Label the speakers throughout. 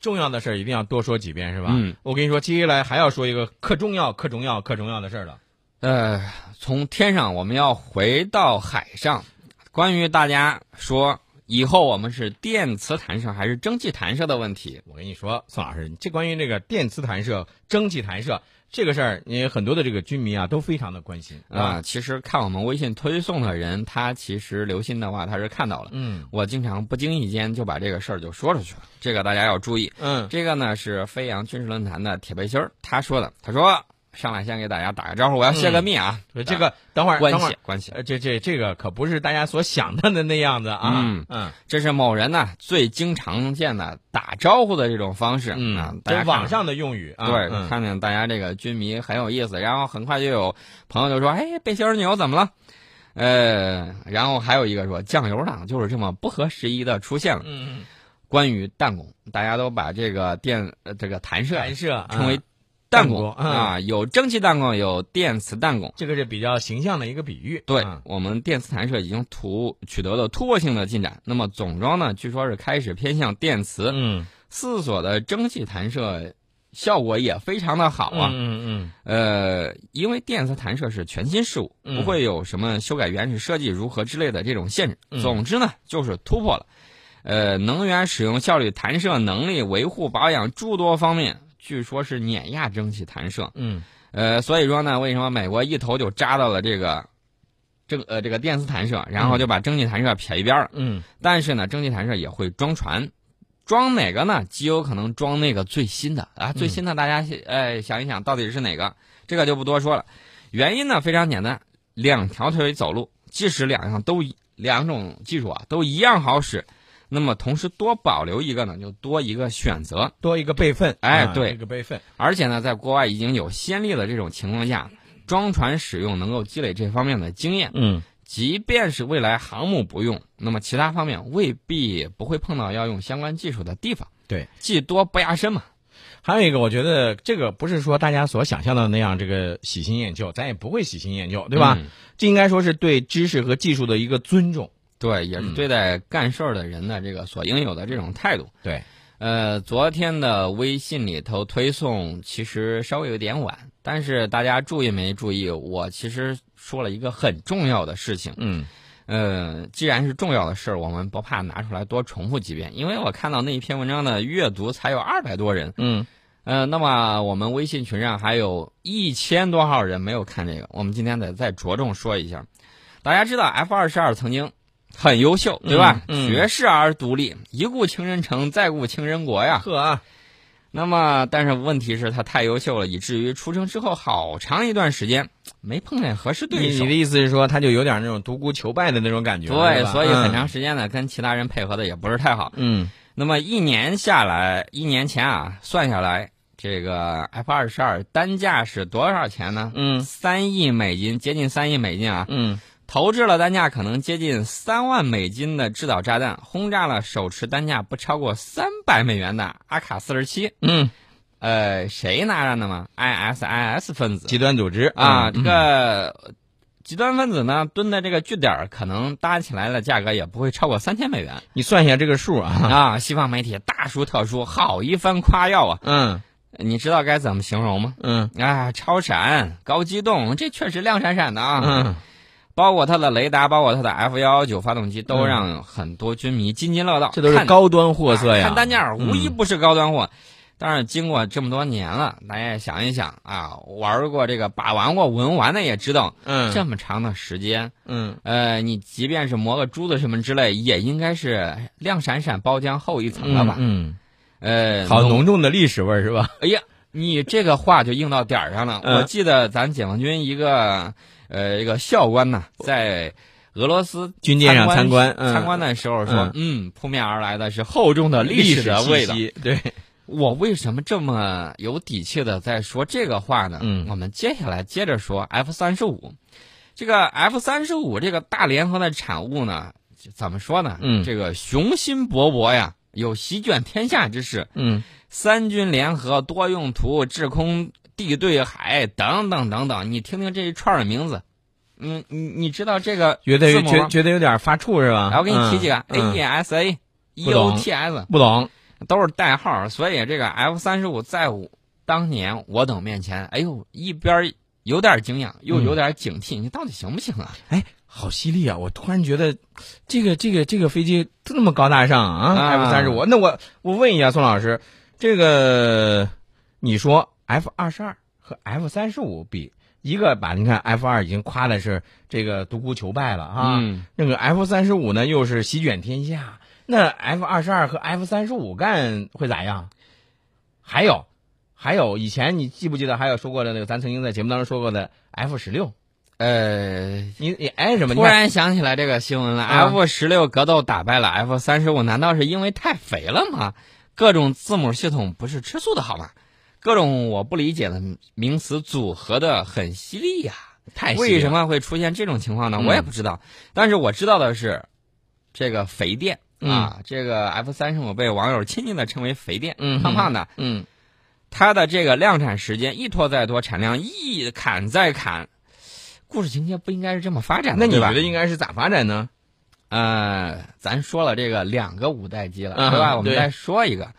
Speaker 1: 重要的事儿一定要多说几遍，是吧？
Speaker 2: 嗯。
Speaker 1: 我跟你说，接下来还要说一个可重要、可重要、可重要的事儿了。
Speaker 2: 呃，从天上我们要回到海上。关于大家说以后我们是电磁弹射还是蒸汽弹射的问题，
Speaker 1: 我跟你说，宋老师，这关于这个电磁弹射、蒸汽弹射这个事儿，你很多的这个军迷啊都非常的关心
Speaker 2: 啊、。其实看我们微信推送的人，他其实留心的话，他是看到了。
Speaker 1: 嗯
Speaker 2: 我经常不经意间就把这个事儿就说出去了，这个大家要注意。
Speaker 1: 嗯
Speaker 2: 这个呢是飞扬军事论坛的铁背心儿他说的，他说上来先给大家打个招呼，我要泄个密啊，
Speaker 1: 这个等会儿，嗯
Speaker 2: 关
Speaker 1: 等会儿
Speaker 2: 系，关系，
Speaker 1: 呃，这这这个可不是大家所想的那那样子啊。
Speaker 2: 嗯
Speaker 1: 嗯
Speaker 2: 这是某人呢最经常见的打招呼的这种方式、啊，大
Speaker 1: 嗯这
Speaker 2: 家
Speaker 1: 网
Speaker 2: 看。
Speaker 1: 上的用语啊。
Speaker 2: 对，
Speaker 1: 嗯
Speaker 2: 看见大家这个军迷很有意思，然后很快就有朋友就说：“哎，背心儿牛怎么了？”呃，然后还有一个说：“酱油党就是这么不合时宜的出现了。
Speaker 1: 嗯，”
Speaker 2: 关于弹弓，大家都把这个电呃这个弹射
Speaker 1: 弹射
Speaker 2: 称为
Speaker 1: 嗯
Speaker 2: 弹
Speaker 1: 弹
Speaker 2: 弓
Speaker 1: 弓嗯
Speaker 2: 啊，有蒸汽弹弓，有电磁弹弓。
Speaker 1: 这个是比较形象的一个比喻。
Speaker 2: 对
Speaker 1: 嗯
Speaker 2: 我们电磁弹射已经突取得了突破性的进展。那么总装呢，据说是开始偏向电磁。
Speaker 1: 嗯
Speaker 2: 四所的蒸汽弹射效果也非常的好啊。
Speaker 1: 嗯嗯
Speaker 2: 呃，因为电磁弹射是全新事物，
Speaker 1: 嗯
Speaker 2: 不会有什么修改原始设计如何之类的这种限制。
Speaker 1: 嗯
Speaker 2: 总之呢，就是突破了。呃，能源使用效率、弹射能力、维护保养诸多方面，据说是碾压蒸汽弹射。
Speaker 1: 嗯
Speaker 2: 呃，所以说呢，为什么美国一头就扎到了这个这个呃这个电磁弹射，然后就把蒸汽弹射撇一边儿了？
Speaker 1: 嗯
Speaker 2: 但是呢，蒸汽弹射也会装船，装哪个呢？极有可能装那个最新的啊，最新的大家呃想一想到底是哪个，这个就不多说了。原因呢非常简单，两条腿走路，即使两样都一两种技术啊都一样好使，那么同时多保留一个呢，就多一个选择。
Speaker 1: 多一个备份。
Speaker 2: 哎
Speaker 1: 啊
Speaker 2: 对
Speaker 1: 一个备份。
Speaker 2: 而且呢，在国外已经有先例的这种情况下，装船使用能够积累这方面的经验。
Speaker 1: 嗯
Speaker 2: 即便是未来航母不用，那么其他方面未必不会碰到要用相关技术的地方。
Speaker 1: 对，
Speaker 2: 技多不压身嘛。
Speaker 1: 还有一个，我觉得这个不是说大家所想象的那样，这个喜新厌旧，咱也不会喜新厌旧，对吧？
Speaker 2: 嗯
Speaker 1: 这应该说是对知识和技术的一个尊重。
Speaker 2: 对，也是对待干事儿的人的这个所应有的这种态度。
Speaker 1: 对，
Speaker 2: 呃，昨天的微信里头推送其实稍微有点晚，但是大家注意没注意？我其实说了一个很重要的事情。
Speaker 1: 嗯
Speaker 2: 呃，既然是重要的事儿，我们不怕拿出来多重复几遍，因为我看到那一篇文章的阅读才有二百多人，
Speaker 1: 嗯
Speaker 2: 呃，那么我们微信群上还有一千多号人没有看这个，我们今天得再着重说一下。大家知道 F 二十二曾经很优秀，对吧？
Speaker 1: 嗯嗯
Speaker 2: 学士而独立，一顾倾人城，再顾倾人国呀。
Speaker 1: 呵啊，
Speaker 2: 那么，但是问题是，他太优秀了，以至于出生之后好长一段时间没碰见合适
Speaker 1: 你
Speaker 2: 对手
Speaker 1: 你的。意思是说，他就有点那种独孤求败的那种感觉，
Speaker 2: 嗯对，
Speaker 1: 吧
Speaker 2: 所以很
Speaker 1: 嗯
Speaker 2: 长时间呢，跟其他人配合的也不是太好。
Speaker 1: 嗯
Speaker 2: 那么一年下来，一年前啊，算下来，这个 F 二十二单价是多少钱呢？
Speaker 1: 嗯
Speaker 2: 三亿美金，接近三亿美金啊！
Speaker 1: 嗯
Speaker 2: 投掷了单价可能接近三万美金的制导炸弹，轰炸了手持单价不超过三百美元的阿卡四十七。
Speaker 1: 嗯，
Speaker 2: 呃，谁拿着的嘛？ISIS 分子
Speaker 1: 极端组织
Speaker 2: 啊，
Speaker 1: 嗯
Speaker 2: 这个极端分子呢蹲的这个据点儿，可能搭起来的价格也不会超过三千美元。
Speaker 1: 你算一下这个数啊，
Speaker 2: 啊，西方媒体大书特书，好一番夸耀啊！
Speaker 1: 嗯
Speaker 2: 你知道该怎么形容吗？
Speaker 1: 嗯
Speaker 2: 啊，超闪、高机动，这确实亮闪闪的啊！
Speaker 1: 嗯
Speaker 2: 包括它的雷达，包括它的 F 幺幺九发动机，都让很多军迷津津乐道。
Speaker 1: 嗯这都是
Speaker 2: 看啊
Speaker 1: 高端货色呀，嗯
Speaker 2: 看单价无一不是高端货。但是经过这么多年了，大家也想一想啊，玩过这个把玩过文玩的也知道，
Speaker 1: 嗯
Speaker 2: 这么长的时间，
Speaker 1: 嗯
Speaker 2: 呃，你即便是磨个珠子什么之类，也应该是亮闪闪包浆厚一层了吧？
Speaker 1: 嗯，
Speaker 2: 呃，
Speaker 1: 好浓重的历史味儿是吧？
Speaker 2: 哎呀，你这个话就应到点儿上了。
Speaker 1: 嗯
Speaker 2: 我记得咱解放军一个呃一个校官呐，在俄罗斯
Speaker 1: 军舰上参观嗯
Speaker 2: 参观的时候说
Speaker 1: 嗯，
Speaker 2: 嗯，扑面而来的是厚重的历
Speaker 1: 历
Speaker 2: 史的味道。
Speaker 1: 气息，对，
Speaker 2: 我为什么这么有底气的在说这个话呢？
Speaker 1: 嗯
Speaker 2: 我们接下来接着说 F 三十五，这个 F 三十五这个大联合的产物呢，怎么说呢？
Speaker 1: 嗯
Speaker 2: 这个雄心勃勃呀，有席卷天下之势。
Speaker 1: 嗯
Speaker 2: 三军联合、多用途、制空、地对海等等等等，你听听这一串儿的名字，嗯，你你知道这个
Speaker 1: 觉得
Speaker 2: 字
Speaker 1: 有
Speaker 2: 母
Speaker 1: 觉
Speaker 2: 吗？
Speaker 1: 觉得有点发怵是吧？
Speaker 2: 来，我给你提几个
Speaker 1: 嗯嗯
Speaker 2: ，A E S A、E
Speaker 1: 不懂
Speaker 2: O T S
Speaker 1: 不懂，
Speaker 2: 都是代号，所以这个 F 三十五在我当年我等面前，哎呦，一边儿有点惊讶，
Speaker 1: 嗯
Speaker 2: 又有点警惕，你到底行不行啊？
Speaker 1: 哎，好犀利啊！我突然觉得，这个这个这个飞机这么高大上啊
Speaker 2: 啊
Speaker 1: ，F 三十五。那我我问一下宋老师，这个你说 F 二十二和 F 三十五比，一个把你看 F 二已经夸的是这个独孤求败了啊，
Speaker 2: 嗯，
Speaker 1: 那个 F 三十五呢又是席卷天下，那 F 二十二和 F 三十五干会咋样？还有，还有以前你记不记得还有说过的那个，咱曾经在节目当中说过的 F 十六，
Speaker 2: 呃，
Speaker 1: 你你哎什么？你
Speaker 2: 突
Speaker 1: 看
Speaker 2: 然想起来这个新闻了、
Speaker 1: 啊
Speaker 2: f 十六格斗打败了 F 三十五，难道是因为太肥了吗？各种字母系统不是吃素的好吗？各种我不理解的名词组合的很犀利呀、
Speaker 1: 太
Speaker 2: 为什
Speaker 1: 么？
Speaker 2: 么会出现这种情况呢？
Speaker 1: 嗯
Speaker 2: 我也不知道，但是我知道的是，这个肥电
Speaker 1: 嗯
Speaker 2: 啊，这个 F 三十五被网友亲昵的称为肥电，
Speaker 1: 嗯
Speaker 2: 胖胖的，
Speaker 1: 嗯，
Speaker 2: 它的这个量产时间一拖再拖，产量一砍再砍，故事情节不应该是这么发展
Speaker 1: 那
Speaker 2: 的，
Speaker 1: 你
Speaker 2: 对吧
Speaker 1: 觉得应该是咋发展呢？
Speaker 2: 呃，咱说了这个两个五代机了，
Speaker 1: 嗯
Speaker 2: 对吧？我们
Speaker 1: 对
Speaker 2: 再说一个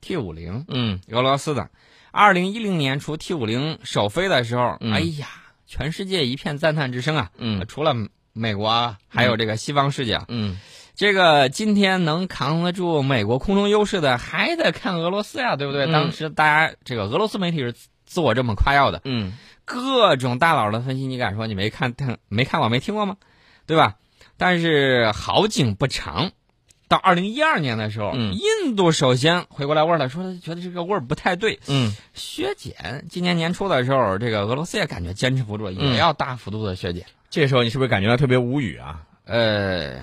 Speaker 2: T 五零，
Speaker 1: 嗯
Speaker 2: 俄罗斯的。二零一零年出 T 五零首飞的时候，
Speaker 1: 嗯
Speaker 2: 哎呀，全世界一片赞叹之声啊！
Speaker 1: 嗯
Speaker 2: 除了美国啊，还有这个西方世界啊，
Speaker 1: 嗯，
Speaker 2: 这个今天能扛得住美国空中优势的，还得看俄罗斯呀，对不对？
Speaker 1: 嗯
Speaker 2: 当时大家这个俄罗斯媒体是自我这么夸耀的，
Speaker 1: 嗯
Speaker 2: 各种大佬的分析，你敢说你没看、 看没看过、没听过吗？对吧？但是好景不长，到二零一二年的时候，
Speaker 1: 嗯
Speaker 2: 印度首先回过来味儿了，说觉得这个味儿不太对，
Speaker 1: 嗯
Speaker 2: 削减。今年年初的时候，这个俄罗斯也感觉坚持不住，
Speaker 1: 嗯
Speaker 2: 也要大幅度的削减。
Speaker 1: 这时候你是不是感觉到特别无语啊？
Speaker 2: 呃，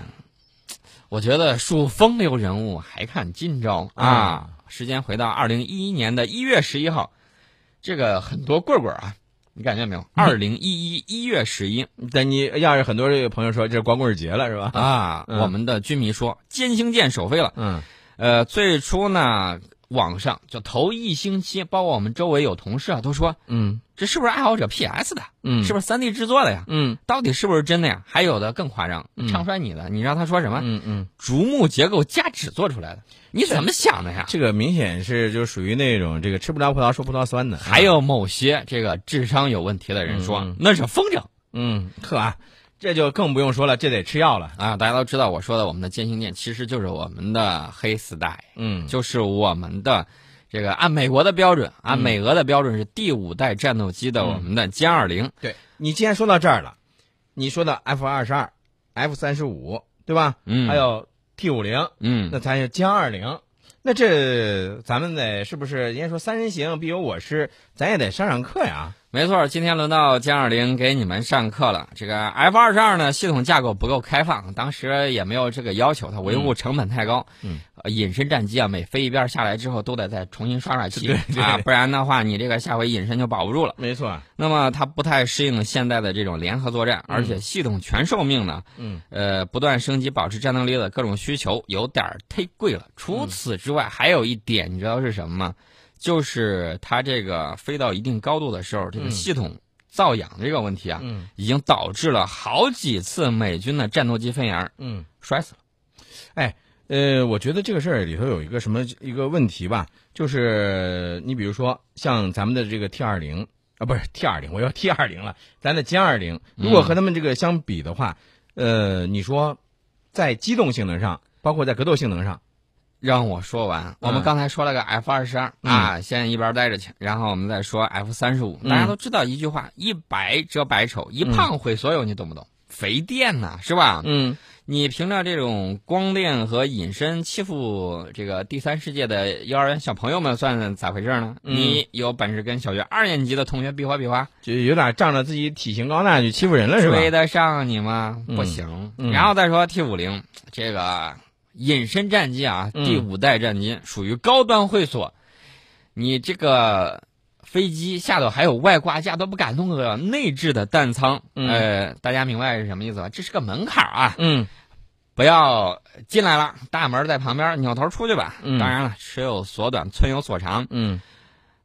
Speaker 2: 我觉得树风流人物还看今朝啊。时间回到二零一一年的一月十一号，这个很多棍棍儿啊，你感觉
Speaker 1: 嗯
Speaker 2: 没有？二零一一一月十一
Speaker 1: 但你要是很多这个朋友说这是光棍节了是吧？
Speaker 2: 啊，
Speaker 1: 嗯
Speaker 2: 我们的军迷说歼星舰首飞了。
Speaker 1: 嗯
Speaker 2: 呃，最初呢，网上就头一星期，包括我们周围有同事啊，都说
Speaker 1: 嗯
Speaker 2: 这是不是爱好者 PS 的？
Speaker 1: 嗯，
Speaker 2: 是不是三 D 制作的呀？
Speaker 1: 嗯
Speaker 2: 到底是不是真的呀？还有的更夸张，
Speaker 1: 嗯
Speaker 2: 唱衰你的，你让他说什么？
Speaker 1: 嗯嗯，
Speaker 2: 竹木结构加纸做出来的，你怎么想的呀？
Speaker 1: 这个明显是就属于那种这个吃不着葡萄说葡萄酸的。
Speaker 2: 还有某些这个智商有问题的人说、
Speaker 1: 嗯
Speaker 2: 那是风筝
Speaker 1: 嗯，呵啊，这就更不用说了，这得吃药了。
Speaker 2: 啊！大家都知道我说的我们的歼星舰其实就是我们的黑丝带，
Speaker 1: 嗯
Speaker 2: 就是我们的这个按美国的标准，按美俄的标准是第五代战斗机的
Speaker 1: 嗯
Speaker 2: 我们的歼二零，
Speaker 1: 对你既然说到这儿了，你说到 F 二十二、F 三十五对吧？
Speaker 2: 嗯，
Speaker 1: 还有 T 五零，
Speaker 2: 嗯
Speaker 1: 那咱是歼二零，那这咱们得是不是？人家说三人行必有我师，咱也得上上课呀。
Speaker 2: 没错，今天轮到歼二零给你们上课了。这个 F 二十二呢，系统架构不够开放，当时也没有这个要求，它维护成本太高。
Speaker 1: 嗯
Speaker 2: 呃隐身战机啊，每飞一遍下来之后，都得再重新刷刷漆
Speaker 1: 对对
Speaker 2: 啊，不然的话，你这个下回隐身就保不住了。
Speaker 1: 没错，
Speaker 2: 那么它不太适应现在的这种联合作战，
Speaker 1: 嗯
Speaker 2: 而且系统全寿命呢，
Speaker 1: 嗯
Speaker 2: 呃，不断升级，保持战斗力的各种需求有点儿忒贵了。除此之外，还有一点，你知道是什么吗？就是它这个飞到一定高度的时候，这个
Speaker 1: 嗯
Speaker 2: 系统造氧这个问题啊，
Speaker 1: 嗯
Speaker 2: 已经导致了好几次美军的战斗机飞员
Speaker 1: 嗯，
Speaker 2: 摔死了。
Speaker 1: 呃，我觉得这个事儿里头有一个什么一个问题吧，就是你比如说像咱们的这个 T 二零啊，不是 T 二零，我要 T 二零了，咱的歼二零，如
Speaker 2: 嗯
Speaker 1: 果和他们这个相比的话，呃，你说在机动性能上，包括在格斗性能上，
Speaker 2: 让我说完，我们
Speaker 1: 嗯
Speaker 2: 刚才说了个 F 二十二啊，先一边待着去，然后我们再说 F 三十五。
Speaker 1: 嗯
Speaker 2: 大家都知道一句话：一白遮百丑，一胖毁所有，你懂不懂？肥电呐、是吧？
Speaker 1: 嗯
Speaker 2: 你凭着这种光练和隐身欺负这个第三世界的幼儿园小朋友们，算咋回事呢？
Speaker 1: 嗯
Speaker 2: 你有本事跟小学二年级的同学比划比划，
Speaker 1: 就有点仗着自己体型高大去欺负人了是吧？
Speaker 2: 追得上你吗？
Speaker 1: 嗯
Speaker 2: 不行。
Speaker 1: 嗯
Speaker 2: 然后再说 T 五零这个隐身战机啊，
Speaker 1: 嗯
Speaker 2: 第五代战机属于高端会所，你这个飞机下头还有外挂架都不敢弄个内置的弹舱，
Speaker 1: 嗯
Speaker 2: 呃，大家明白是什么意思吧？这是个门槛儿啊。
Speaker 1: 嗯
Speaker 2: 不要进来了，大门在旁边，扭头出去吧。
Speaker 1: 嗯
Speaker 2: 当然了，尺有所短，寸有所长，
Speaker 1: 嗯。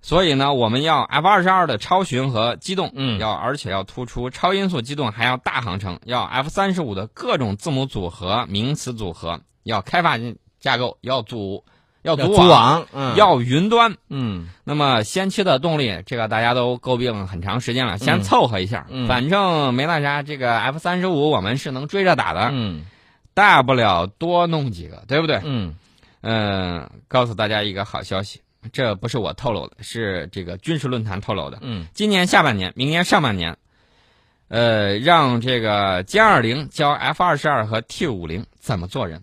Speaker 2: 所以呢，我们要 F 二十二的超巡和机动，
Speaker 1: 嗯
Speaker 2: 要而且要突出超音速机动，还要大航程，要 F 三十五的各种字母组合、名词组合，要开发架构，要组要
Speaker 1: 要
Speaker 2: 组
Speaker 1: 组
Speaker 2: 网，
Speaker 1: 网，嗯，
Speaker 2: 要云端。
Speaker 1: 嗯
Speaker 2: 那么先期的动力，这个大家都诟病了很长时间了，
Speaker 1: 嗯
Speaker 2: 先凑合一下，
Speaker 1: 嗯
Speaker 2: 反正没那啥。这个 F 三十五我们是能追着打的，
Speaker 1: 嗯
Speaker 2: 大不了多弄几个，对不对？
Speaker 1: 嗯
Speaker 2: 嗯，告诉大家一个好消息，这不是我透露的，是这个军事论坛透露的。
Speaker 1: 嗯
Speaker 2: 今年下半年，明年上半年，呃，让这个歼二零教 F 二十二和 T 五零怎么做人。